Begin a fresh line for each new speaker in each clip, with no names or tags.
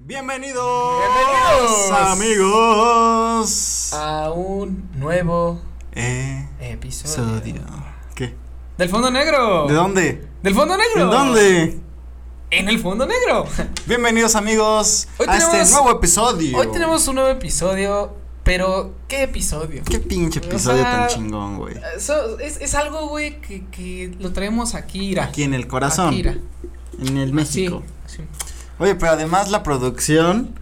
Bienvenidos,
Bienvenidos.
amigos
a un nuevo Ah. episodio
episodio. Oh. ¿Qué?
del Fondo Negro.
¿De dónde?
Del Fondo
¿De
Negro.
dónde?
En el Fondo Negro.
Bienvenidos amigos
Hoy
a este
tenemos-
nuevo episodio.
Hoy tenemos un nuevo episodio, pero ¿qué episodio?
Qué pinche episodio
O sea,
tan chingón, güey.
Eso- es, es algo, güey, que, que lo traemos aquí, Ira.
Aquí en el corazón,
Akira. Ah,
en el México.
Sí, sí.
Oye, pero además la producción,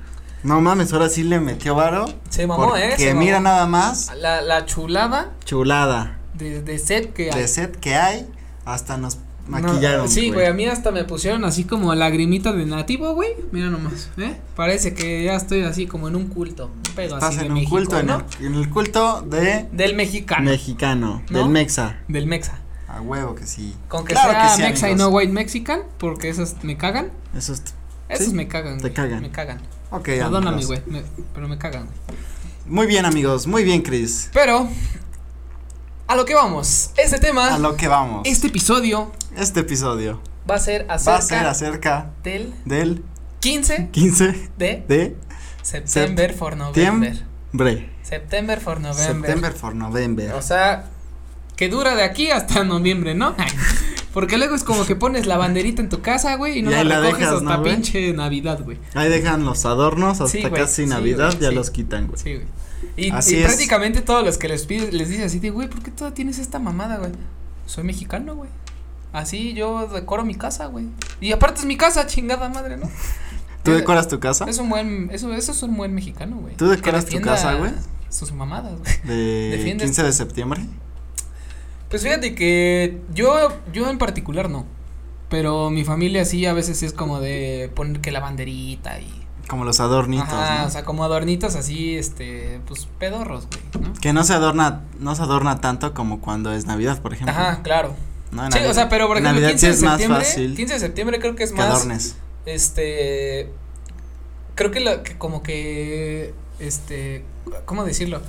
no mames, ahora sí le metió varo.
Se mamó,
porque
¿eh? Se mamó.
mira nada más,
La, la chulada
chulada
de, de set que hay.
de set que hay, hasta nos
No,
maquillaron.
sí, güey, a mí hasta me pusieron así como lagrimita de nativo, güey. Mira nomás, ¿eh? Parece que ya estoy así como en un culto. un pedo
Estás
así de
en un
México,
culto, en,
¿no?
el, en el culto de
Del mexicano.
mexicano,
¿No?
del mexa.
del mexa.
A huevo que sí.
Con que
Claro
sea
sí,
mexa y no
amigos.
white mexican, porque esas me cagan.
Eso es.
Esas
Sí,
me cagan,
te
güey,
cagan.
Me cagan.
Ok,
Perdóname,
amigos.
güey, me- pero me cagan, güey.
Muy bien, amigos. Muy bien, Chris.
Pero, a lo que vamos. Este tema,
A lo que vamos.
este episodio
Este episodio
va a ser
va
acerca
a ser acerca
del
del
15
15
de
de
September for November.
Bre.
September for November.
September for November.
O sea, que dura de aquí hasta noviembre, ¿no? Porque luego es como que pones la banderita en tu casa, güey, y no
Y ahí
la
la
recoges
dejas,
hasta
¿no, güey?
pinche Navidad, güey.
Ahí dejan los adornos hasta
Sí, güey,
casi
sí,
Navidad,
güey,
ya
sí.
los quitan, güey.
Sí, güey. Y,
Así
y
es.
prácticamente todos los que les pides, les dices así de, güey, ¿por qué todavía tienes esta mamada, güey? Soy mexicano, güey. Así yo decoro mi casa, güey. Y aparte es mi casa, chingada madre, ¿no?
¿Tú
Es-
decoras tu casa?
Es un buen, eso, eso es un buen mexicano, güey.
¿Tú
Que
decoras tu
defienda
casa, güey?
Sus mamadas, güey.
De
defiendes-
15 de septiembre.
Pues fíjate que yo, yo en particular no. Pero mi familia sí a veces es como de poner que la banderita y.
Como los adornitos,
Ajá,
¿no?
o sea, como adornitos así, este, pues pedorros, güey, ¿no?
Que no se adorna, no se adorna tanto como cuando es Navidad, por ejemplo.
Ajá, claro.
No, en
Sí,
Navidad-
o sea, pero por
en
ejemplo,
Navidad
15
sí
de
es más
septiembre,
fácil
15 de septiembre creo que es
que
más
adornes.
este creo que, la, que como que este, ¿cómo decirlo?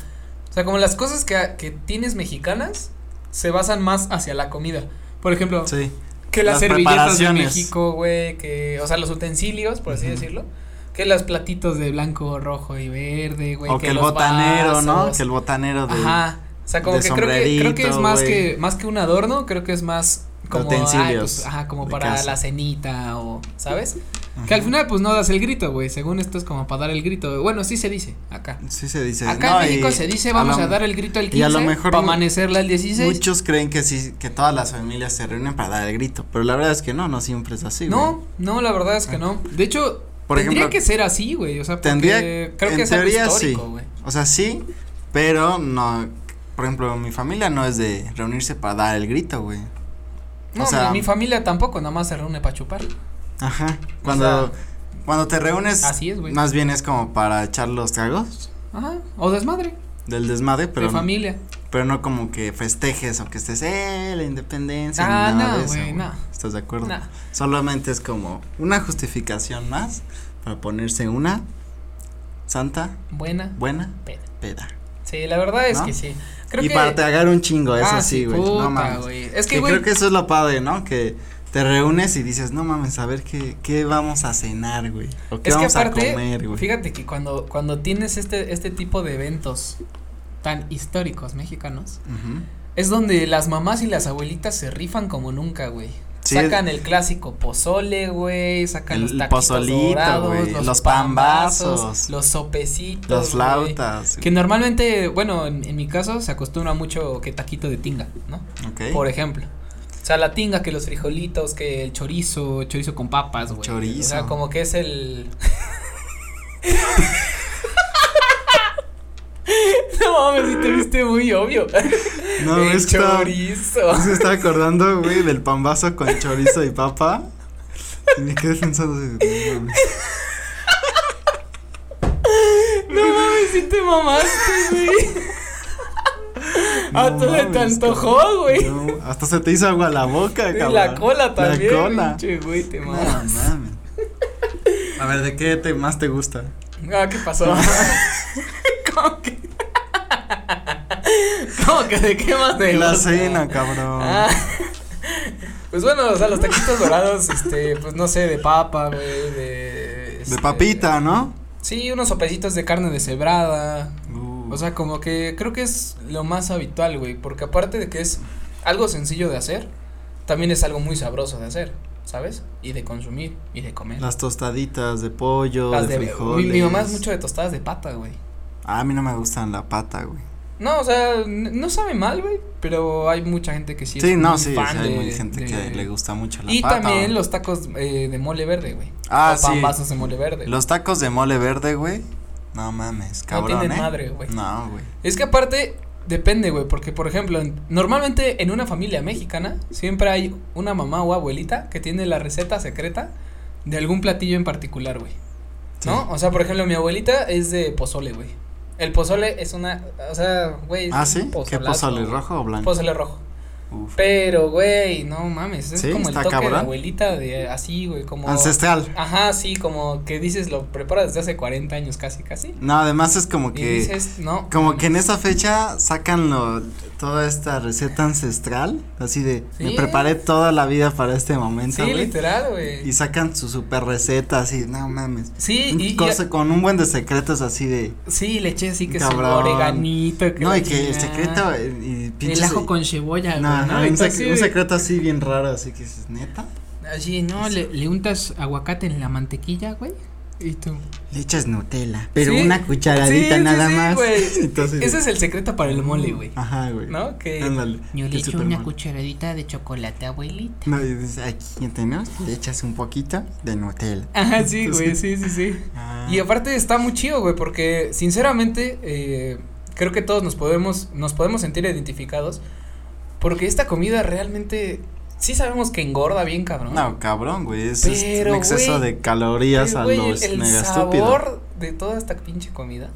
O sea, como las cosas que, que tienes mexicanas se basan más hacia la comida. Por ejemplo,
Sí.
que las,
las
servilletas de
preparaciones.
México, güey, que o sea, los utensilios, por así
Ujú.
decirlo. Que los platitos de blanco, rojo y verde, güey.
o que, el botanero, ¿no? Que
el
el botanero de
Ajá. O sea, como
de
que creo, que creo que es
sombrerito,
más
güey.
que más que un adorno, creo que es más como ay,
Utensilios
pues, ajá, como
de
para
casa.
la cenita o, ¿sabes?
Ajá.
Que al final pues no das el grito, güey. Según esto es como para dar el grito. Bueno, sí se dice acá.
Sí se dice.
Acá
no,
en México
y
se dice vamos
lo-
a, dar el grito el 15
y a lo mejor
para
mu-
amanecerla el 16.
Muchos creen que sí, que todas las familias se reúnen para dar el grito, pero la verdad es que no, no siempre es así. güey. Ah.
No, no, la verdad es que no. De hecho,
Por
tendría
ejemplo,
que ser así, güey. O sea, porque
tendría-
creo
en
que es algo
teoría,
histórico,
sí.
güey.
O sea, sí, pero no. Por ejemplo, mi familia no es de reunirse para dar el grito, güey.
No,
O sea-
mi familia tampoco, nada más se reúne para chupar.
Ajá. Cuando,
sea,
cuando te reúnes,
así es, güey.
más bien es como para echar los tragos
Ajá. O desmadre,
del desmadre, pero
de
no-
familia.
Pero no como que festejes o que estés, eh, la independencia.
Ah,
ni nada
no,
de eso,
güey,
güey.
no.
¿Estás de acuerdo?
Nah.
Solamente es como una justificación más para ponerse una santa,
Buena
buena
peda.
peda.
Sí, la verdad es
¿No?
que sí. Creo
y
que.
para tragar un chingo, eso
Ah,
sí,
sí,
güey.
puta,
No mames.
güey. Es que,
que
güey-
creo que eso es lo padre, ¿no? Que te reúnes y dices, no mames, a ver qué, qué vamos a cenar, güey. O qué
es que
vamos
aparte,
a comer, güey.
fíjate que cuando, cuando tienes este, este tipo de eventos tan históricos mexicanos,
Ujú.
es donde las mamás y las abuelitas se rifan como nunca, güey.
Sí,
sacan el clásico pozole, güey, sacan
El
los taquitos
pozolito,
dorados,
güey,
los,
los
pambazos,
pambazos,
los sopecitos,
Las
güey.
flautas.
Que normalmente, bueno, en, en mi caso se acostumbra mucho que taquito de tinga, ¿no?
ok.
Por ejemplo. O sea, la tinga, que los frijolitos, que el chorizo, chorizo con papas, güey.
Chorizo.
O sea, como que es el. no mames, si te viste muy obvio.
No,
el
es que estaba-
chorizo.
Yo se estaba acordando, güey, del pambazo con chorizo y papa. Y me quedé pensando. así, no mames.
No mames, si te mamaste, güey. Ah,
No
todo se te
mames,
antojó, güey.
No, hasta se te hizo agua la boca,
Y
cabrón.
la cola también.
La cola.
pinche güey, te
No
mamas.
mames. A ver, ¿de qué te más te gusta?
Ah, ¿qué pasó? ¿Cómo que? ¿Cómo que de qué más te
la
gusta?
cena, cabrón.
Ah. Pues bueno, o sea, los taquitos dorados, este, pues no sé, de papa, güey, de este,
De papita, ¿no?
Sí, unos sopecitos de carne deshebrada.
Uh,
O sea, como que creo que es lo más habitual, güey. Porque aparte de que es algo sencillo de hacer, también es algo muy sabroso de hacer, ¿sabes? Y de consumir y de comer.
las tostaditas de pollo,
Las
de,
de- mi,
frijoles.
mi mamá es mucho de tostadas de pata, güey.
Ah, a mí no me gustan la pata, güey.
No, o sea, n- no sabe mal, güey. Pero hay mucha gente que sí.
Sí,
es
no,
muy
sí, o
fan
sea, hay
de-
mucha gente
de-
que le gusta mucho la
Y
pata.
también
güey.
los tacos eh, de mole verde, güey.
Ah,
o
sí.
pambazos de mole verde.
Los tacos de mole verde, güey. No mames, cabrón,
no tienen
¿eh?
madre, güey.
No, güey.
Es que aparte depende, güey, porque por ejemplo, en- normalmente en una familia mexicana siempre hay una mamá o abuelita que tiene la receta secreta de algún platillo en particular, güey. ¿No?
Sí.
O sea, por ejemplo, mi abuelita es de pozole, güey. El pozole es una, o sea, güey, es
Ah,
un
¿sí? ¿Qué
pozolazo,
pozole,
güey.
rojo o blanco?
Pozole rojo.
Uf.
Pero, güey, no mames, es
Sí,
como el
está
toque de la
cabrón.
abuelita de así, güey, como
Ancestral.
Ajá, sí, como que dices lo preparas desde hace 40 años casi, casi.
No, además es como
Y
que.
dices, "Mm". no.
Como
mames.
que en esa fecha sacan lo- toda esta receta ancestral, así de, me
Sí.
preparé toda la vida para este momento,
Sí,
güey,
literal, güey.
Y sacan su super receta, así, no mames.
Sí,
Un
y, y-
cosa- con un buen de secretos así de,
sí, le eché así que su
Cabrón.
oreganito.
no,
la
y que el
chingada.
secreto, eh, y pinches-
El ajo con cebolla,
No,
güey,
ajá,
¿no?
un,
Entonces,
sec- un secreto así bien raro, así que dices, ¿neta?
Así, no, le, le untas aguacate en la mantequilla, güey. Y tú.
Le echas Nutella, pero
Sí,
una cucharadita
sí, sí,
nada
sí,
más.
güey.
Entonces,
Ese es el secreto para el mole, güey.
Ajá, güey.
¿No? Que.
Ándale.
Yo
que
le echo
súper
una
mal.
cucharadita de chocolate, abuelita.
No, y dices, aquí, ¿entendés? Le echas un poquito de Nutella.
Ajá, sí, güey, sí, sí, sí.
Ah.
Y aparte está muy chido, güey, porque sinceramente eh, creo que todos nos podemos, nos podemos sentir identificados porque esta comida realmente sí sabemos que engorda bien, cabrón.
No, cabrón, güey. Es, es
Pero,
un exceso
güey,
de calorías
Pero,
a
güey, el-
los
el,
mega
sabor
estúpidos.
de toda esta pinche comida.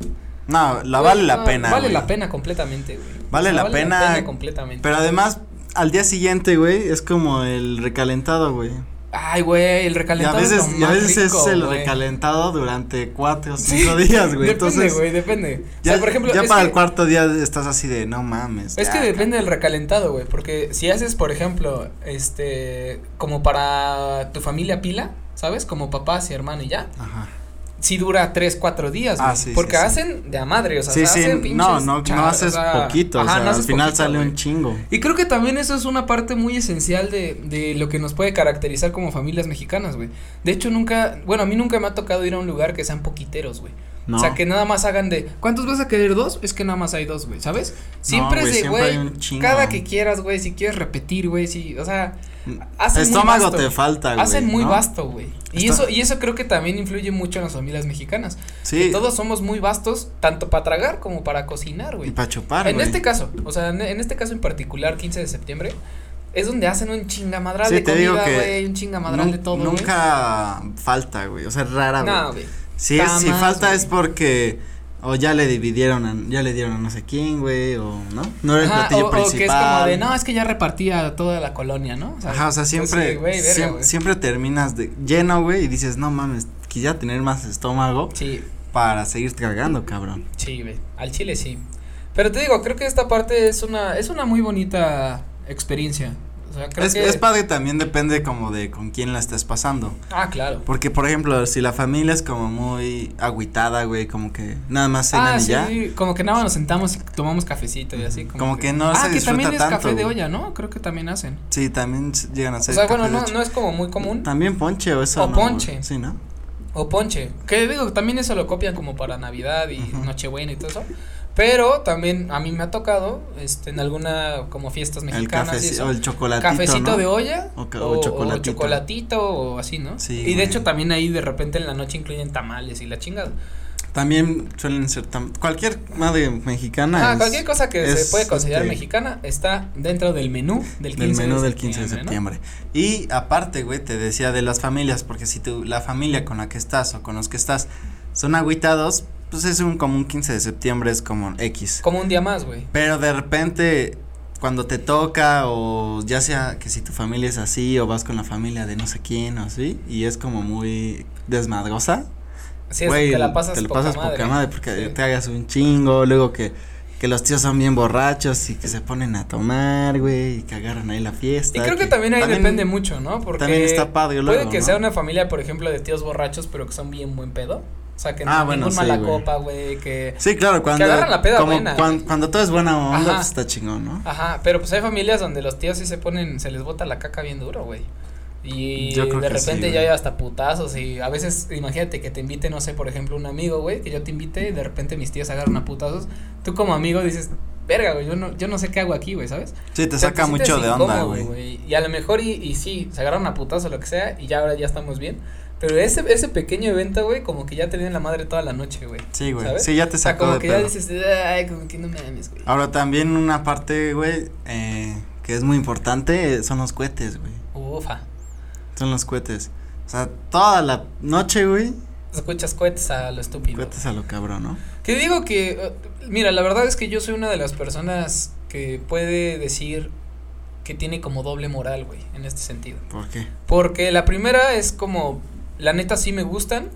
No, la
güey,
vale la
no,
pena.
Vale
güey.
la pena completamente, güey. O
Vale
sea,
la pena,
completamente.
Pero además, al día siguiente, güey, es como el recalentado, güey.
Ay, güey, el
Y a
recalentado. es
veces,
lo
y a
más
veces
rico,
es el
güey.
recalentado durante cuatro o
Sí,
cinco días, güey.
Depende,
Entonces,
güey, depende.
ya,
o sea, por ejemplo,
ya
es
para
que-
el cuarto día estás así de, no mames.
Es que
ya,
depende del recalentado, güey, porque si haces, por ejemplo, este, como para tu familia pila, ¿sabes? Como papás y hermano y ya,
Ajá.
sí dura tres, cuatro días,
Ah,
güey,
sí, sí,
porque
sí.
hacen de a madre, o sea,
Sí, sí,
hacen
no,
pinches
no, no
char-
haces
o sea,
poquito, o
ajá,
sea,
no
al
haces
final
poquito,
sale
güey.
un chingo.
Y creo que también eso es una parte muy esencial de, de lo que nos puede caracterizar como familias mexicanas, güey. De hecho, nunca, bueno, a mí nunca me ha tocado ir a un lugar que sean poquiteros, güey.
No.
O sea, que nada más hagan de, ¿cuántos vas a querer? ¿Dos? Es que nada más hay dos, güey, ¿sabes? Siempre
No,
es
güey,
de,
siempre hay
güey,
un chingo.
cada que quieras, güey, si quieres repetir, güey, si, o sea, hacen
Estómago
muy vasto,
te falta, güey.
Hacen muy
¿no?
vasto, güey. Y
Está-
eso, y eso creo que también influye mucho en las familias mexicanas.
Sí.
Que todos somos muy vastos, tanto para tragar como para cocinar,
Y
güey.
para chupar, Ah,
En
güey.
este caso, o sea, en, en este caso en particular, 15 de septiembre, es donde hacen un chingamadral
Sí,
de
te digo
comida,
que
güey, un chingamadral
Nun-
de todo, güey.
Nunca falta, güey. O sea, rara, güey.
No, güey.
si, es- si
jamás,
falta
güey.
es porque o ya le dividieron, a- ya le dieron a no sé quién, güey, o no. No era el
Ajá,
platillo
o, o
principal.
que es como de, no, es que ya repartía a toda la colonia, ¿no? O sea,
Ajá, o sea,
pues,
siempre,
sí, güey, verga,
siem-
güey.
siempre terminas de lleno, güey, y dices, no mames, quisiera tener más estómago
Sí,
para seguir tragando, cabrón.
sí, güey. Al chile sí. Pero te digo, creo que esta parte es una, es una muy bonita experiencia. O sea, creo
Es,
que.
es padre también depende como de con quién la estés pasando.
Ah, claro.
Porque, por ejemplo, si la familia es como muy agüitada, güey, como que nada más cenan
Ah,
y
sí,
ya.
como que nada más nos sentamos y tomamos cafecito y así. Como,
Como que no
Ah,
se
que también
disfruta
es
tanto,
café de
güey.
olla, ¿no? Creo que también hacen.
Sí, también s- llegan a
O
ser.
sea, bueno,
café de Ah.
no,
hecho.
no es como muy común.
También ponche o eso.
O
no, güey.
ponche.
Sí, ¿no?
O ponche. Que digo, también eso lo copian como para Navidad y
Ujú.
Nochebuena y todo eso. Pero también a mí me ha tocado, este, en alguna, como fiestas
El
mexicanas y
café
eso.
o el chocolatito.
Cafecito
¿no?
de olla
O ca- o chocolatito.
chocolatito o así, ¿no?
Sí,
y de
güey.
hecho también ahí de repente en la noche incluyen tamales y la chingada.
También suelen ser. tam- cualquier madre mexicana.
Ah,
es-
cualquier cosa que se
es,
puede considerar
este,
mexicana está dentro del menú del 15
Del menú
de
del 15 de
septiembre, ¿no?
septiembre. Y aparte, güey, te decía de las familias, porque si tú, la familia con la que estás o con los que estás son agüitados, pues es un como un 15 de septiembre, es como X.
Como un día más, güey.
Pero de repente, cuando te toca, o ya sea que si tu familia es así, o vas con la familia de no sé quién, o así, y es como muy desmadrosa,
Así es,
güey,
te la pasas,
te la
poca
pasas
madre.
poca madre porque
Sí.
te hagas un chingo, luego que que los tíos son bien borrachos y que se ponen a tomar, güey, y que agarran ahí la fiesta.
Y creo que, también ahí depende mucho, ¿no? Porque
también está padre
puede
luego,
que
¿no?
sea una familia, por ejemplo, de tíos borrachos, pero que son bien buen pedo. O sea, que
Ah,
no
bueno,
ningún mala
sí, güey.
copa, güey, que
Sí, claro, cuando
agarran la peda
como
buena.
cuan- cuando todo es buena onda,
Ajá.
pues está chingón, ¿no?
Ajá, pero pues hay familias donde los tíos sí se ponen, se les bota la caca bien duro, güey. Y
Yo creo
de
que sí,
repente
güey.
ya hay hasta putazos y a veces, imagínate que te invite, no sé, por ejemplo, un amigo, güey, que yo te invite y de repente mis tíos agarran a putazos. Tú como amigo dices, verga, güey, yo no, yo no sé qué hago aquí, güey, ¿sabes?
Sí, te
O sea,
saca
sientes
mucho de onda,
incómodo,
güey.
Y a lo mejor y, y sí, se agarran a putazos o lo que sea y ya ahora ya estamos bien. Pero ese, ese pequeño evento, güey, como que ya te viene la madre toda la noche, güey.
Sí, güey.
¿sabes?
Sí, ya
O
te
sea,
sacó
como
de
que
pedo.
ya dices, ay, como que no me ames, güey.
Ahora también una parte, güey, eh, que es muy importante eh, son los cohetes, güey.
Ufa.
Son los cohetes. O sea, toda la noche, güey,
Escuchas cohetes a lo estúpido.
cohetes a lo cabrón, ¿no?
Que digo que, eh, mira, la verdad es que yo soy una de las personas que puede decir que tiene como doble moral, güey, en este sentido.
¿Por qué?
Porque la primera es como, la neta sí me gustan.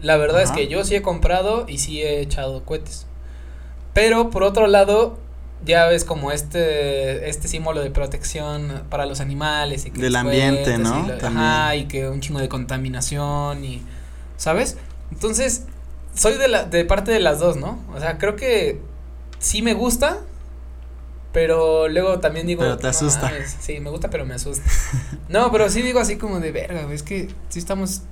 La verdad es
Ajá.
que yo sí he comprado y sí he echado cohetes. Pero por otro lado, ya ves como este este símbolo de protección para los animales y que
Del
los
ambiente,
cohetes y
¿no?
lo-
También.
ajá, y que un chingo de contaminación y ¿sabes? Entonces, soy de la de parte de las dos, ¿no? O sea, creo que sí me gusta, pero luego también digo,
Pero te
"No
asusta".
mames, sí, me gusta, pero me asusta. No, pero sí digo así como de verga, güey, es que sí estamos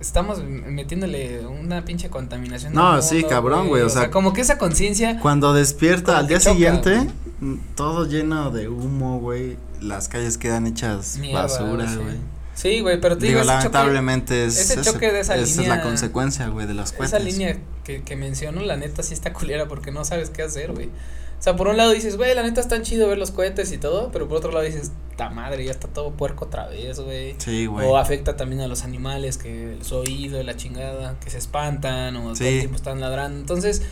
estamos metiéndole una pinche contaminación.
No,
al
sí, cabrón, güey, o sea,
como que esa conciencia
Cuando despierta
Como
al
que
día
choca,
siguiente, mm, todo lleno de humo, güey. Las calles quedan hechas
Mierda,
basura,
sí.
güey.
Sí, güey, pero te
Digo,
digo, ese choque-
lamentablemente es
ese
eso,
choque de esa
esa es
línea-
la consecuencia, güey, de los cohetes.
Esa línea que, que menciono, la neta sí está culera porque no sabes qué hacer, güey. O sea, por un lado dices, güey, la neta es tan chido ver los cohetes y todo, pero por otro lado dices, ta madre, ya está todo puerco otra vez, güey.
Sí, güey.
O afecta también a los animales, que su oído, y la chingada, que se espantan o todo
Sí.
el tiempo están ladrando. Entonces,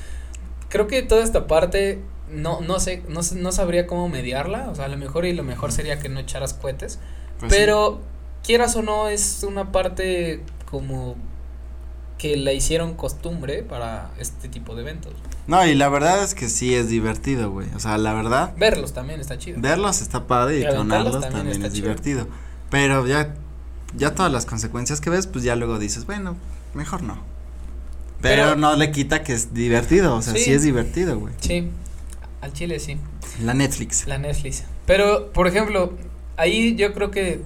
creo que toda esta parte no no sé, no sé- no sabría cómo mediarla, o sea, a lo mejor y lo mejor sería que no echaras cohetes,
Pues sí.
pero quieras o no es una parte como que la hicieron costumbre para este tipo de eventos.
No, y la verdad es que sí es divertido, güey. O sea, la verdad,
Verlos también está chido.
verlos está padre y,
Y aventarlos
clonarlos también,
también está
es
chido.
divertido. Pero ya, ya todas las consecuencias que ves, pues ya luego dices, bueno, mejor no. Pero,
Pero-
no le quita que es divertido, o sea, sí,
Sí.
es divertido, güey.
Sí. Al chile sí.
La Netflix.
La Netflix. Pero, por ejemplo, ahí yo creo que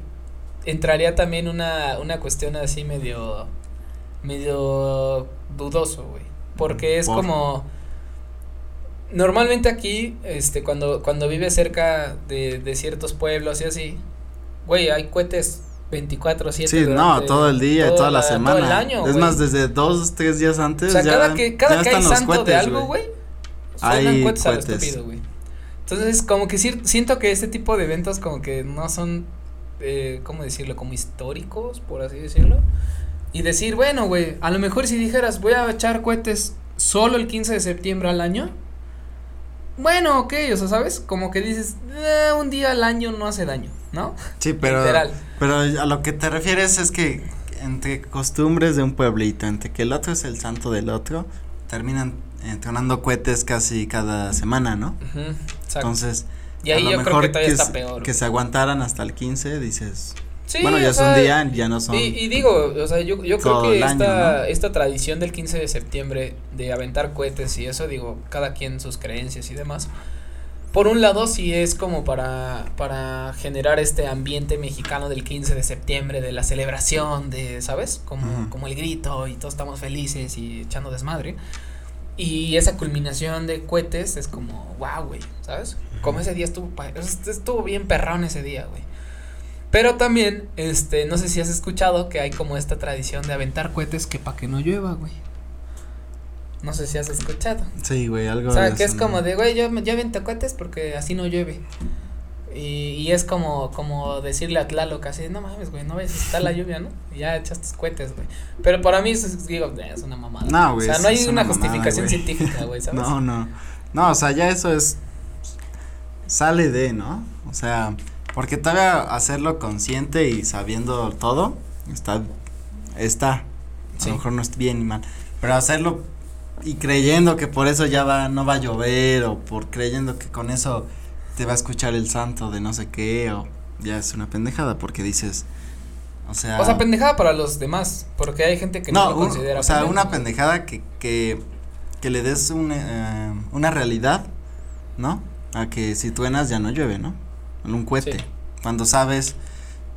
entraría también una, una cuestión así medio, medio dudoso, güey. Porque es
Por.
como, normalmente aquí, este, cuando, cuando vives cerca de, de ciertos pueblos y así, güey, hay cohetes 24, 7.
Sí, no, todo el día, toda la, semana.
Todo el año,
es
güey.
más, desde dos, tres días antes.
O sea,
ya,
cada que, cada
ya
que hay
están los
santo de
cohetes,
algo, güey, suenan
Hay
cohetes a lo
cohetes.
estúpido, güey. Entonces, como que cier- siento que este tipo de eventos como que no son, eh, ¿cómo decirlo? Como históricos, por así decirlo. Y decir, bueno, güey, a lo mejor si dijeras, voy a echar cohetes solo el 15 de septiembre al año. Bueno, ok, o sea, ¿sabes? Como que dices, "Eh, un día al año no hace daño, ¿no?
Sí, pero,
Literal.
pero a lo que te refieres es que entre costumbres de un pueblito, entre que el otro es el santo del otro, terminan eh, tronando cohetes casi cada semana, ¿no?
Ujú, exacto.
Entonces,
y
a
ahí
lo
yo creo
mejor
que todavía
se-
está peor.
que
güey.
se aguantaran hasta el 15, dices,
Sí,
bueno,
o
ya son
sea,
día, ya no son.
Y, y digo, o sea, yo, yo creo
Todo
que
el
esta,
año, ¿no?
esta tradición del 15 de septiembre de aventar cohetes y eso, digo, cada quien sus creencias y demás. Por un lado, sí es como para, para generar este ambiente mexicano del 15 de septiembre, de la celebración, de, ¿sabes? Como,
Ujú.
como el grito y todos estamos felices y echando desmadre. Y esa culminación de cohetes es como, wow, güey, ¿sabes? Como ese día estuvo, pa- est- estuvo bien perrón ese día, güey. Pero también, este, no sé si has escuchado que hay como esta tradición de aventar cohetes que para que no llueva, güey. No sé si has escuchado.
Sí, güey, algo.
O sea,
de
que es
eso,
como
¿no?
de, güey, yo, yo aviento cohetes porque así no llueve. Y, y es como, como decirle a Tlaloc así, no mames, güey, no vayas a estar la lluvia, ¿no? Y ya echaste cohetes, güey. Pero para mí, eso es, digo, "Eh, es una mamada.
No, güey,
O sea,
eso
no hay
es
una,
una mamada,
justificación
güey.
científica, güey, ¿sabes?
No, no. No, o sea, ya eso es. Sale de, ¿no? O sea, porque todavía hacerlo consciente y sabiendo todo, está. Está. A
Sí.
lo mejor no es bien ni mal. Pero hacerlo y creyendo que por eso ya va, no va a llover, o por creyendo que con eso te va a escuchar el santo de no sé qué, o ya es una pendejada, porque dices, o sea.
O sea, pendejada para los demás, porque hay gente que no, lo
un-
considera.
O sea,
pendejo.
una pendejada que, que, que le des un, eh, una realidad, ¿no? A que si truenas ya no llueve, ¿no? En Un cohete.
Sí.
Cuando sabes,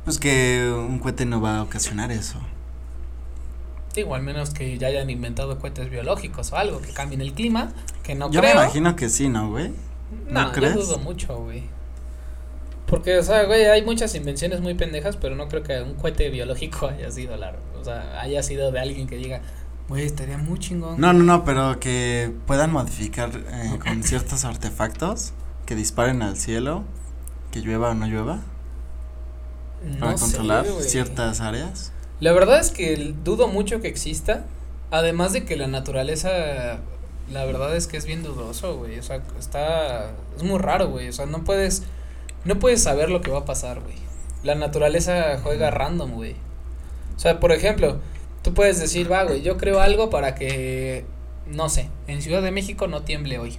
pues que un cohete no va a ocasionar eso.
Digo, al menos que ya hayan inventado cohetes biológicos o algo que cambien el clima, que no
Yo
creo.
me imagino que sí, ¿no, güey?
No,
¿No
yo
crees?
dudo mucho, güey. Porque, o sea, güey, hay muchas invenciones muy pendejas, pero no creo que un cohete biológico haya sido la, o sea, haya sido de alguien que diga, güey, estaría muy chingón.
No, no, no, pero que puedan modificar eh, con ciertos artefactos que disparen al cielo, que llueva o no llueva, para
No sé,
controlar
güey.
ciertas áreas.
La verdad es que el- dudo mucho que exista, además de que la naturaleza, la verdad es que es bien dudoso, güey, o sea, está, es muy raro, güey, o sea, no puedes, no puedes saber lo que va a pasar, güey. La naturaleza juega random, güey. O sea, por ejemplo, tú puedes decir, va, güey, yo creo algo para que, no sé, en Ciudad de México no tiemble hoy.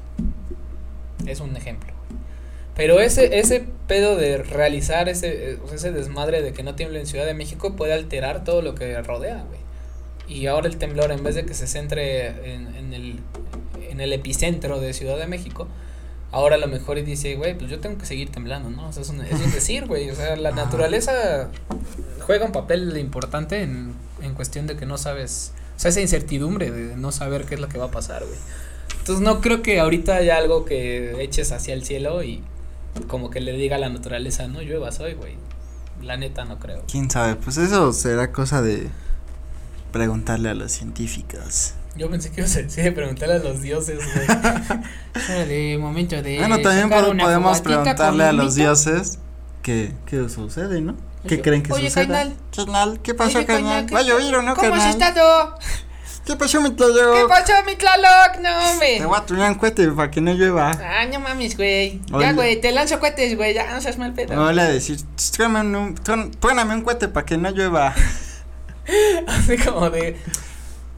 Es un ejemplo. Pero ese, ese pedo de realizar ese, eh, o sea, ese desmadre de que no tiemble en Ciudad de México puede alterar todo lo que rodea, güey. Y ahora el temblor, en vez de que se centre en, en el, en el epicentro de Ciudad de México, ahora a lo mejor y dice, güey, pues yo tengo que seguir temblando, ¿no? O sea, es un, es un decir, güey. O sea, la
Ajá.
naturaleza juega un papel importante en, en cuestión de que no sabes, o sea, esa incertidumbre de no saber qué es lo que va a pasar, güey. Entonces no creo que ahorita haya algo que eches hacia el cielo y como que le diga a la naturaleza, no lluevas hoy, güey. La neta no creo.
¿Quién sabe? Pues eso será cosa de preguntarle a los científicos.
Yo pensé que ibas a decir de preguntarle a los dioses, güey.
Era de momento de.
Bueno, también
sacar
pod-
una
podemos
fogatita con
preguntarle a los
humito.
dioses que, que sucede, ¿no? ¿Qué
Oye,
creen que
oye,
suceda?
carnal.
Carnal, ¿qué pasó,
Oye,
carnal?
carnal, ¿qué
¿Va a
tal?
llover o no,
¿Cómo has
carnal?
estado?
¿Qué pasó, mi tlayo?
¿Qué pasó, mi Tlaloc? No,
Te
hombre.
voy a tirar un cohete para que no llueva.
Ah, no mames, güey.
Oye.
Ya, güey, te lanzo cohetes, güey. Ya, no seas mal
Me
pedo.
voy a decir, "Tss, tráeme un, truén- truéname un cohete para que no llueva.
Así como de.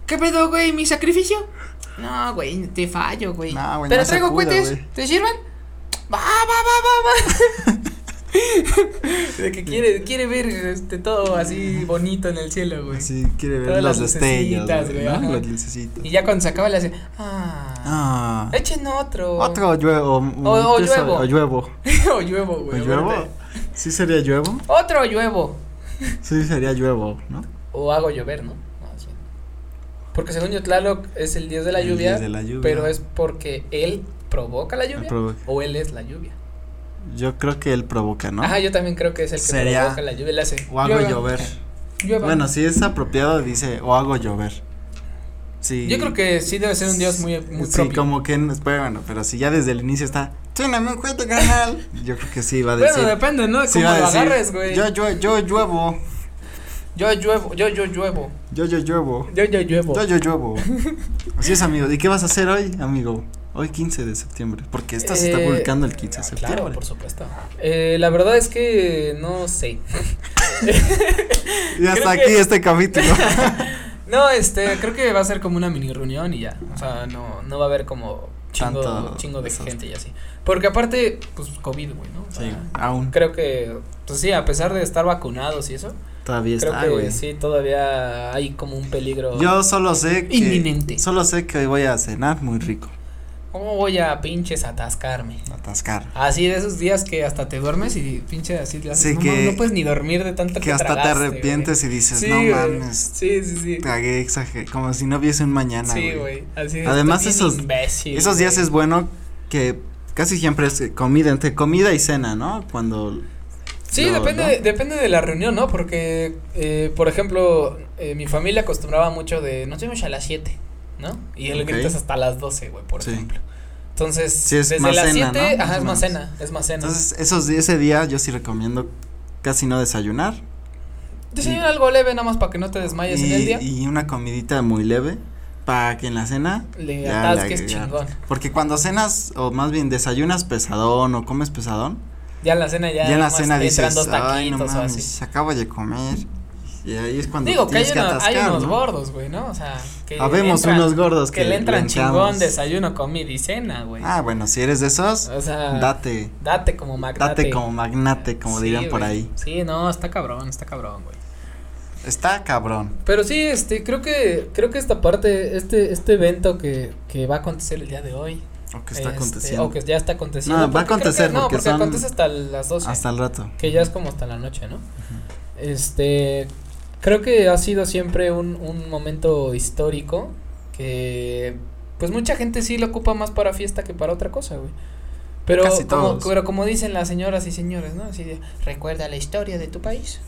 ¿Qué pedo, güey? ¿Mi sacrificio? No, güey, te fallo, güey.
No, güey,
Pero
no se
traigo
pudo,
cohetes.
güey.
¿Te sirven? Va, va, va, va, va.
de que quiere, quiere ver este todo así bonito en el cielo, güey.
Así quiere ver
Todas
los
las
destellos,
lucecitas,
güey,
güey,
¿no?
ajá.
Los lucecitos.
Y ya cuando se acaba le hace. Ah.
Ah,
Echen otro.
otro lluevo. mm,
O- o
yo
lluevo.
o lluevo.
o lluevo,
¿O
güey.
lluevo?
aparte.
¿Sí sería lluevo?
Otro lluevo.
Sí sería lluevo, ¿no?
O hago llover, ¿no? Más bien. Porque según yo, Tlaloc es el dios de la
El
lluvia.
dios de la lluvia.
Pero es porque él provoca la lluvia.
provoca.
O él es la lluvia.
Yo creo que él provoca, ¿no?
Ajá, yo también creo que es el que
Sería-
provoca la lluvia. Le hace.
O hago
llueva,
llover.
llueva.
Bueno, si es apropiado, dice, o hago llover. Sí.
Yo creo que sí debe ser un dios muy, muy
sí,
propio.
como que, no- pero bueno, pero si ya desde el inicio está, tréname un cohete, canal. Yo creo que sí va a
bueno,
decir.
depende, ¿no? De
sí
cómo
va a
lo
decir,
agarres, güey.
Yo,
Yo,
yo, yo lluevo,
lluevo, yo, yo lluevo.
yo, yo lluevo,
Yo, yo lluevo.
yo, yo lluevo. Así es, amigos. ¿Y qué vas a hacer hoy, amigo? Hoy 15 de septiembre, porque esta se está
Eh,
publicando el 15 de
ah,
septiembre.
Claro, por supuesto. Eh, la verdad es que no sé.
y hasta
creo
aquí
que-
este capítulo.
No, este, creo que va a ser como una mini reunión y ya. O sea, no, no va a haber como chingo,
Tanto
chingo de
desastre.
gente y así. Porque aparte, pues COVID, güey, ¿no? O sea,
sí, aún
Creo que, pues sí, a pesar de estar vacunados y eso,
todavía
creo
está,
que
güey.
sí, todavía hay como un peligro.
Yo solo sé que
Inminente.
solo sé que hoy voy a cenar muy rico,
¿Cómo voy a pinches atascarme?
atascar.
Así de esos días que hasta te duermes y pinche así le haces,
Sí,
no,
que-
mames, no puedes ni dormir de tanto que
Que hasta te
tragaste, güey".
arrepientes y dices,
Sí,
no
güey.
mames,
Sí, sí, sí.
tragué, exageré, como si no hubiese un mañana,
Sí, güey. Así de,
Además,
"Estoy bien
esos-
imbécil,
Esos días
güey".
es bueno que casi siempre es comida, entre comida y cena, ¿no? Cuando.
Sí,
lo-
depende,
¿no?
de- depende de la reunión, ¿no? Porque, eh, por ejemplo, eh, mi familia acostumbraba mucho de nos vemos a las 7, ¿no? Y el
Ok.
grito es hasta las 12, güey, por
Sí.
ejemplo. Entonces,
Sí, es
desde
más
las
cena,
7,
¿no? Más
ajá, es
o menos.
más cena, es más cena.
Entonces, esos, di- ese día yo sí recomiendo casi no desayunar.
Desayuna algo leve nada más para que no te desmayes en el
Y,
día.
y una comidita muy leve para que en la cena. ya
Le
le
atasques
agregas.
chingón.
Porque cuando cenas, o más bien desayunas pesadón o comes pesadón,
Ya en la cena
ya
ya.
en la
nomás
cena
te entran
dices,
dos
ay, no
taquitos o así".
mames, acabo de comer. Y ahí es cuando
Digo, que hay,
tienes que
uno- hay
atascar,
unos
¿no?
gordos, güey, ¿no? O sea, que.
Habemos unos gordos
que,
que
le entran
le
chingón
entramos.
desayuno, comida y cena, güey.
Ah, bueno, si eres de esos,
o sea,
date.
Ah, date como magnate.
Date como magnate, como
Sí,
dirían por
güey.
ahí.
Sí, no, está cabrón, está cabrón, güey.
Está cabrón.
Pero sí, este, creo que, creo que esta parte, este, este evento que, que va a acontecer el día de hoy.
O que está
este,
aconteciendo.
O que ya está aconteciendo.
No, va a
porque creo que-
acontecer,
no,
porque
porque
son-
acontece hasta las 12.
Hasta el rato.
Que ya es como hasta la noche, ¿no? Este, creo que ha sido siempre un, un momento histórico que, pues mucha gente sí lo ocupa más para fiesta que para otra cosa, güey. Pero
Casi
como,
todos.
pero como dicen las señoras y señores, ¿no? Así de, recuerda la historia de tu país.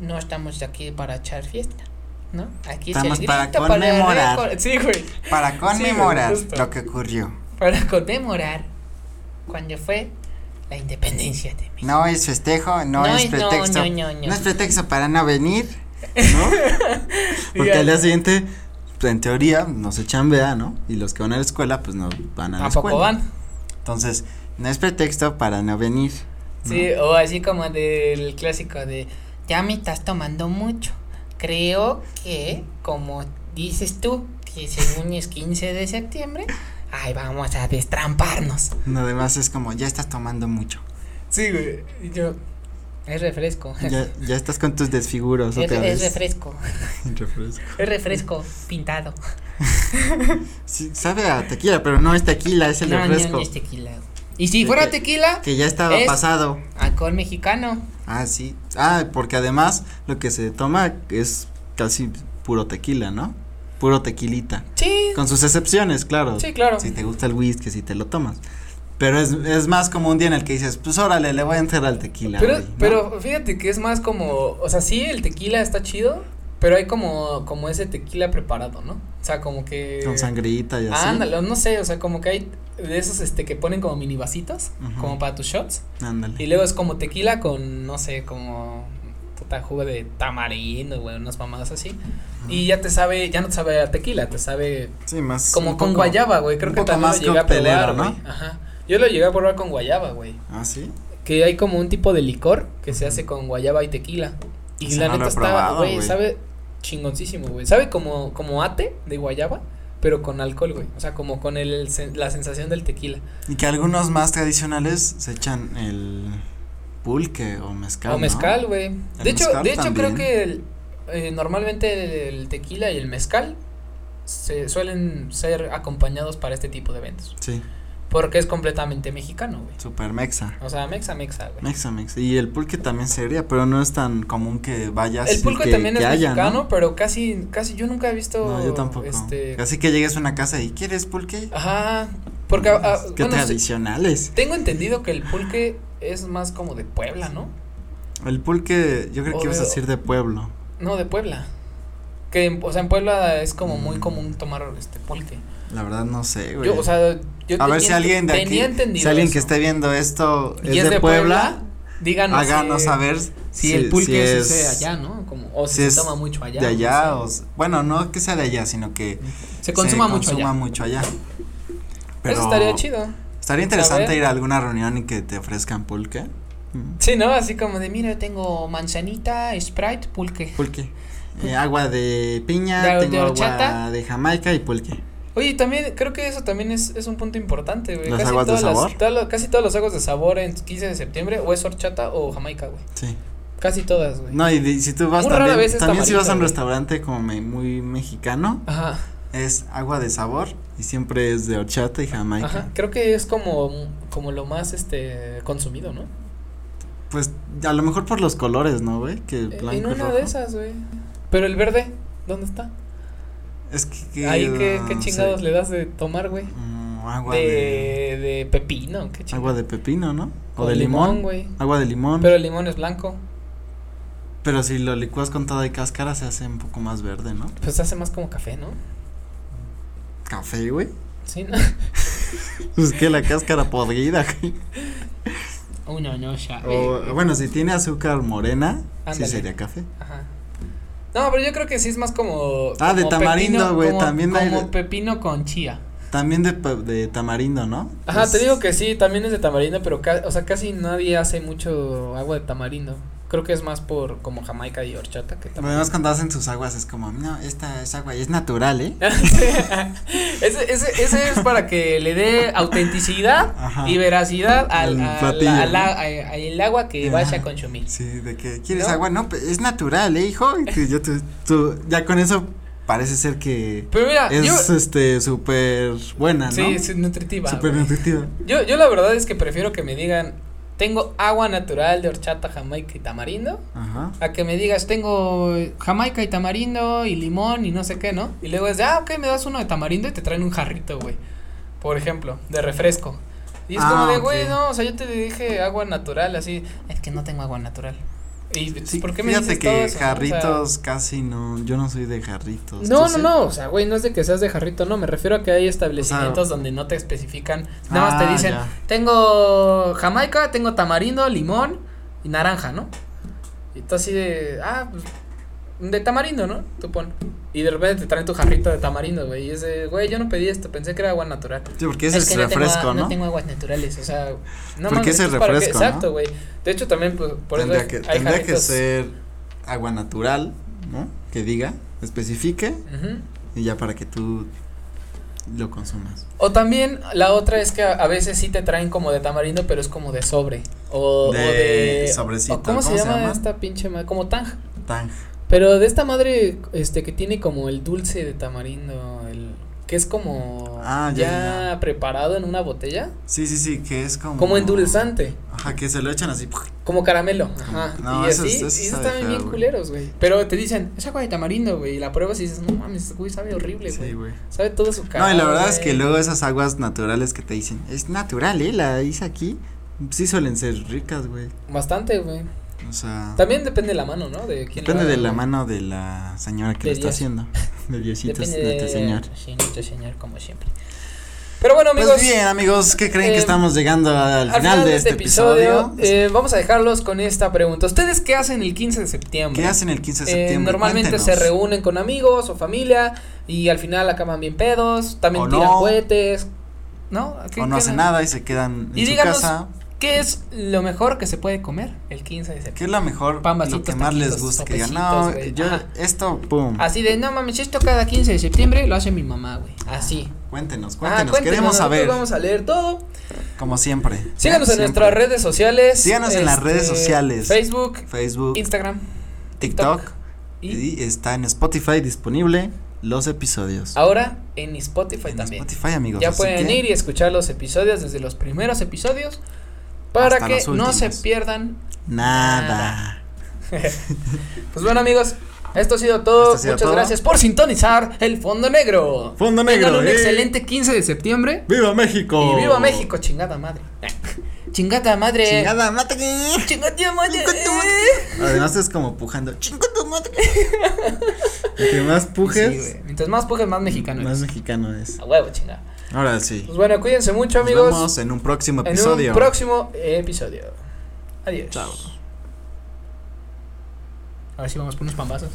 No estamos aquí para echar fiesta, ¿no? Aquí
Estamos
es el
para
grito
conmemorar.
recor- Sí, güey.
Para conmemorar
justo.
lo que ocurrió.
Para conmemorar cuando fue la independencia de México.
No es festejo, no,
No
es
es- no,
pretexto.
no, no, no.
es pretexto para no venir, ¿no? Porque al día siguiente, pues, en teoría, no se chambea, ¿no? Y los que van a la escuela, pues no van a la
Tampoco
escuela.
van.
Entonces, no es pretexto para no venir. ¿no?
Sí, o así como del clásico de ya me estás tomando mucho. Creo que, como dices tú, que según es 15 de septiembre, ay, vamos a destramparnos.
No, además es como, ya estás tomando mucho.
Sí, güey. y Yo, es refresco.
Ya, ya estás con tus desfiguros
Es,
otra
es
vez.
refresco.
Refresco.
Es refresco pintado.
Sí, sabe a tequila, pero no es tequila, es el
No, no, no
refresco.
es tequila. Y si
Sí,
fuera
que-
tequila,
Que ya estaba
Es-
pasado.
alcohol mexicano.
Ah, sí. Ah, porque además lo que se toma es casi puro tequila, ¿no? Puro tequilita.
Sí,
Con sus excepciones, claro.
sí, claro.
Si te gusta el whisky, si te lo tomas. Pero es, es más como un día en el que dices, pues órale, le voy a entrar al tequila.
Pero,
güey", ¿no?
pero fíjate que es más como, o sea, sí, el tequila está chido, pero hay como, como ese tequila preparado, ¿no? O sea, como que.
Con sangrita y así.
eh, ándale, no sé, o sea, como que hay de esos este que ponen como mini vasitos,
Ujú.
como para tus shots,
Ándale.
y luego es como tequila con, no sé, como puta jugo de tamarindo, güey, unas mamadas así, y ya te sabe, ya no te sabe a tequila, te sabe
Sí, más.
como
un
con
poco-
guayaba, güey, creo
un
que
poco
también
más
lo llegué a
coctelero,
probar,
¿no?
güey, ajá, yo lo llegué a probar con guayaba, güey
Ah, sí.
que hay como un tipo de licor que se hace con guayaba y tequila. Y
Ese
la
no lo
neta
he
está,
probado,
güey,
güey.
sabe chingoncísimo, güey. Sabe como, como ate de guayaba, pero con alcohol, güey. O sea, como con el, sen- la sensación del tequila.
Y que algunos más tradicionales se echan el pulque o mezcal.
o
¿no?
mezcal, güey.
El
De hecho,
mezcal
de hecho creo
también.
que el- eh, normalmente el tequila y el mezcal se suelen ser acompañados para este tipo de eventos.
Sí,
Porque es completamente mexicano, güey.
super mexa.
O sea, mexa, mexa, güey.
Mexa, mexa. Y el pulque también sería, pero no es tan común que vayas.
El
y
pulque
que-
también
que
es
haya, ¿no?
mexicano, pero casi, casi yo nunca he visto.
No, yo tampoco.
Este,
Así que llegues a una casa y ¿quieres pulque?
Ajá, porque ah, ah,
Qué
bueno, sí,
tradicionales.
tengo entendido que el pulque es más como de Puebla, ¿no?
El pulque, yo creo que ibas a
Obvio.
decir de pueblo.
No, de Puebla. Que, en- o sea, en Puebla es como muy
Mm.
común tomar este pulque.
La verdad no sé, güey.
Yo, o sea, yo
a ver
tenía
si alguien de
enten-
aquí,
tenía entendido
si alguien que
eso.
esté viendo esto
Y
es, de, Puebla,
díganos
háganos
si-
saber
si, el pulque
si es
es, ese allá, ¿no? Como, o si,
si es
se toma mucho allá.
de
no
allá
sé.
o s- bueno, no que sea de allá, sino que
se consuma mucho
consuma
allá.
mucho allá. Pero
Eso estaría chido.
Estaría interesante
saber.
ir a alguna reunión y que te ofrezcan pulque. Mm.
Sí, ¿no? Así como de, mira, tengo manzanita, Sprite, pulque.
Pulque. Eh, agua de piña,
De- de
tengo agua
horchata.
de Jamaica y pulque.
Oye, y también creo que eso también es, es un punto importante, güey.
¿Las
Casi
aguas de
todas las-
sabor?
todas las- casi todas las aguas de sabor en 15 de septiembre o es horchata o jamaica, güey.
Sí.
Casi todas, güey.
No, y de- si tú vas
Muy rara
también,
vez ¿eh? es
también si
tamarindo,
vas a un
güey.
restaurante como me- muy mexicano,
Ajá,
es agua de sabor y siempre es de horchata y jamaica.
ajá. Creo que es como, como lo más, este, consumido, ¿no?
Pues a lo mejor por los colores, ¿no, güey? Que el blanco
Eh, en
y
una
rojo.
de esas, güey. Pero el verde, ¿dónde está?
Es que, que,
Ahí, ¿qué,
no
qué
sé.
chingados le das de tomar, güey?
Mm, agua
De,
de,
de pepino, qué chingados.
agua de pepino, ¿no? O
O
de limón,
güey.
agua de limón.
Pero
Pero,
el limón es blanco,
si lo licuas con toda y cáscara se hace un poco más verde, ¿no?
pues hace más como café, ¿no?
Café, güey.
Sí, ¿no?
Pues que la cáscara podrida, güey.
Uno no sabe.
O, bueno, si tiene azúcar morena, sí
Ándale.
sería café.
Ajá. No, pero yo creo que sí es más como.
Ah, de
como
tamarindo,
pepino-
güey,
como-
también hay
Como
de-
pepino con chía.
También de, pa- de tamarindo, ¿no?
Ajá,
Es-
te digo que sí, también es de tamarindo, pero ca- o sea, casi nadie hace mucho agua de tamarindo. Creo que es más por como Jamaica y horchata que también.
Además, cuando hacen sus aguas es como, no, esta es agua y es natural, ¿eh?
ese, ese- ese es para que le dé autenticidad
Ajá.
y veracidad al,
Al
al-
platillo,
al-
¿no?
a- a- el agua que
Ajá.
vaya a consumir.
Sí, de que quieres
¿No?
agua, no, pues, es natural, ¿eh, hijo? Y tú- yo tú- tú- ya con eso parece ser que
Pero mira, Ah, yo.
es este súper buena, ¿no?
Sí, es nutritiva.
Súper
güey.
nutritiva.
Yo, yo la verdad es que prefiero que me digan, tengo agua natural de horchata, jamaica y tamarindo,
Ajá.
a que me digas, tengo jamaica y tamarindo y limón y no sé qué, ¿no? Y luego es de, ah, ok, me das uno de tamarindo y te traen un jarrito, güey. Por ejemplo, de refresco. Y es
Ah,
como de,
ok.
güey, no, o sea, yo te dije agua natural, así, es que no tengo agua natural. Y,
Sí,
¿por qué me
fíjate
dices
que
todo eso, no? O sea,
jarritos casi no, yo no soy de jarritos.
no,
¿tú
no,
sí?
no, o sea, güey, no es de que seas de jarrito, no, me refiero a que hay establecimientos donde no te especifican, nada más te
Ah,
dicen,
ya.
tengo jamaica, tengo tamarindo, limón y naranja, ¿no? Y tú así de, ah, pues, de tamarindo, ¿no? Tú pon. Y de repente te traen tu jarrito de tamarindo, güey, y es de, güey, yo no pedí esto, pensé que era agua natural.
Sí, porque ese es,
que
refresco,
tengo, a-
¿no?
No tengo aguas naturales, o sea, no
Porque ese
esto es para que-
refresco, ¿no?
Exacto, güey. De hecho, también, pues, por eso
tendría
hay-
que,
hay
tendría que
jarritos.
ser agua natural, ¿no? Que diga, especifique
Ujú.
y ya para que tú lo consumas.
O también la otra es que a, a veces sí te traen como de tamarindo, pero es como de sobre. O
De
o de
sobrecito,
o ¿Cómo, se, llama esta pinche madre? Como tanja. Pero de esta madre este que tiene como el dulce de tamarindo, el que es como
Ah, ya,
ya,
ya, ya.
preparado en una botella,
Sí, sí, sí, que es como.
como endulzante,
Ajá, que se lo echan así. ¡puj!
como caramelo. Ajá.
No,
y
eso
así,
es- eso
y
sabe
están
feo,
bien
güey.
culeros, güey. Pero te dicen, es agua de tamarindo, güey, y la pruebas y dices, no mames, güey, sabe horrible, güey.
Sí, güey.
sabe todo su
No,
cara.
y la verdad es que
güey.
luego esas aguas naturales que te dicen, es natural, ¿eh? La hice aquí. Sí suelen ser ricas, güey.
Bastante, güey.
O sea.
También depende de la mano, ¿no? De quién lo
Depende
haga,
de la
güey.
mano de la señora que
De
lo está
Dios.
haciendo. De Diositos,
Depende
de este señor.
Sí, nuestro señor, como siempre. Pero bueno, amigos.
Pues bien, amigos, ¿qué creen
eh,
que estamos llegando al,
al final
de este episodio?
eh, vamos a dejarlos con esta pregunta. ¿Ustedes qué hacen el 15 de septiembre?
¿Qué hacen el 15 de
Eh,
septiembre?
normalmente se
Cuéntenos.
reúnen con amigos o familia y al final acaban bien pedos, también
O
tiran
no.
cohetes, ¿no? ¿Qué-
O no
qué-
hacen nada y se quedan
Y
en
díganos-
su casa.
¿Qué es lo mejor que se puede comer el 15 de septiembre?
¿Qué es la mejor,
Pan,
lo que
vasitos,
más les
taquitos,
gusta? Que digan,
sopecitos,
no,
güey".
yo,
Ajá. Ah,
esto, pum.
Así de, no mames, esto cada 15 de septiembre lo hace mi mamá, güey. Así.
Ah, Cuéntenos, cuéntenos,
Ah, cuéntenos,
queremos
nosotros
saber,
Vamos a leer todo.
como siempre.
Síganos en
Siempre.
nuestras redes sociales. este,
Síganos en las redes sociales.
Facebook,
Facebook,
Instagram
TikTok,
TikTok. y
y está en Spotify disponible los episodios.
ahora en Spotify
en
también.
Spotify, amigos.
ya
así
pueden
que
ir y escuchar los episodios desde los primeros episodios para
Hasta
que
los
no se
últimos.
pierdan.
Nada.
Pues bueno, amigos, esto ha sido todo.
Esto ha sido
Muchas
todo.
gracias por sintonizar el Fondo Negro.
Fondo
Tengan
Negro,
un
eh. Oh.
excelente 15 de septiembre
¡Viva México!
y viva México, chingada madre. chingada madre.
¡Chingada, mate!
Chingada madre.
Chingada Además es como pujando. Chinga tu madre. Entre más
Sí,
pujes,
güey. Mientras más pujes, más mexicano.
más
eres.
mexicano es.
A huevo, chingada.
Ahora sí.
Pues bueno, cuídense mucho,
Nos
amigos.
vemos en un próximo
en
episodio.
un próximo episodio. Adiós.
Chao.
A ver si vamos por unos pambazos.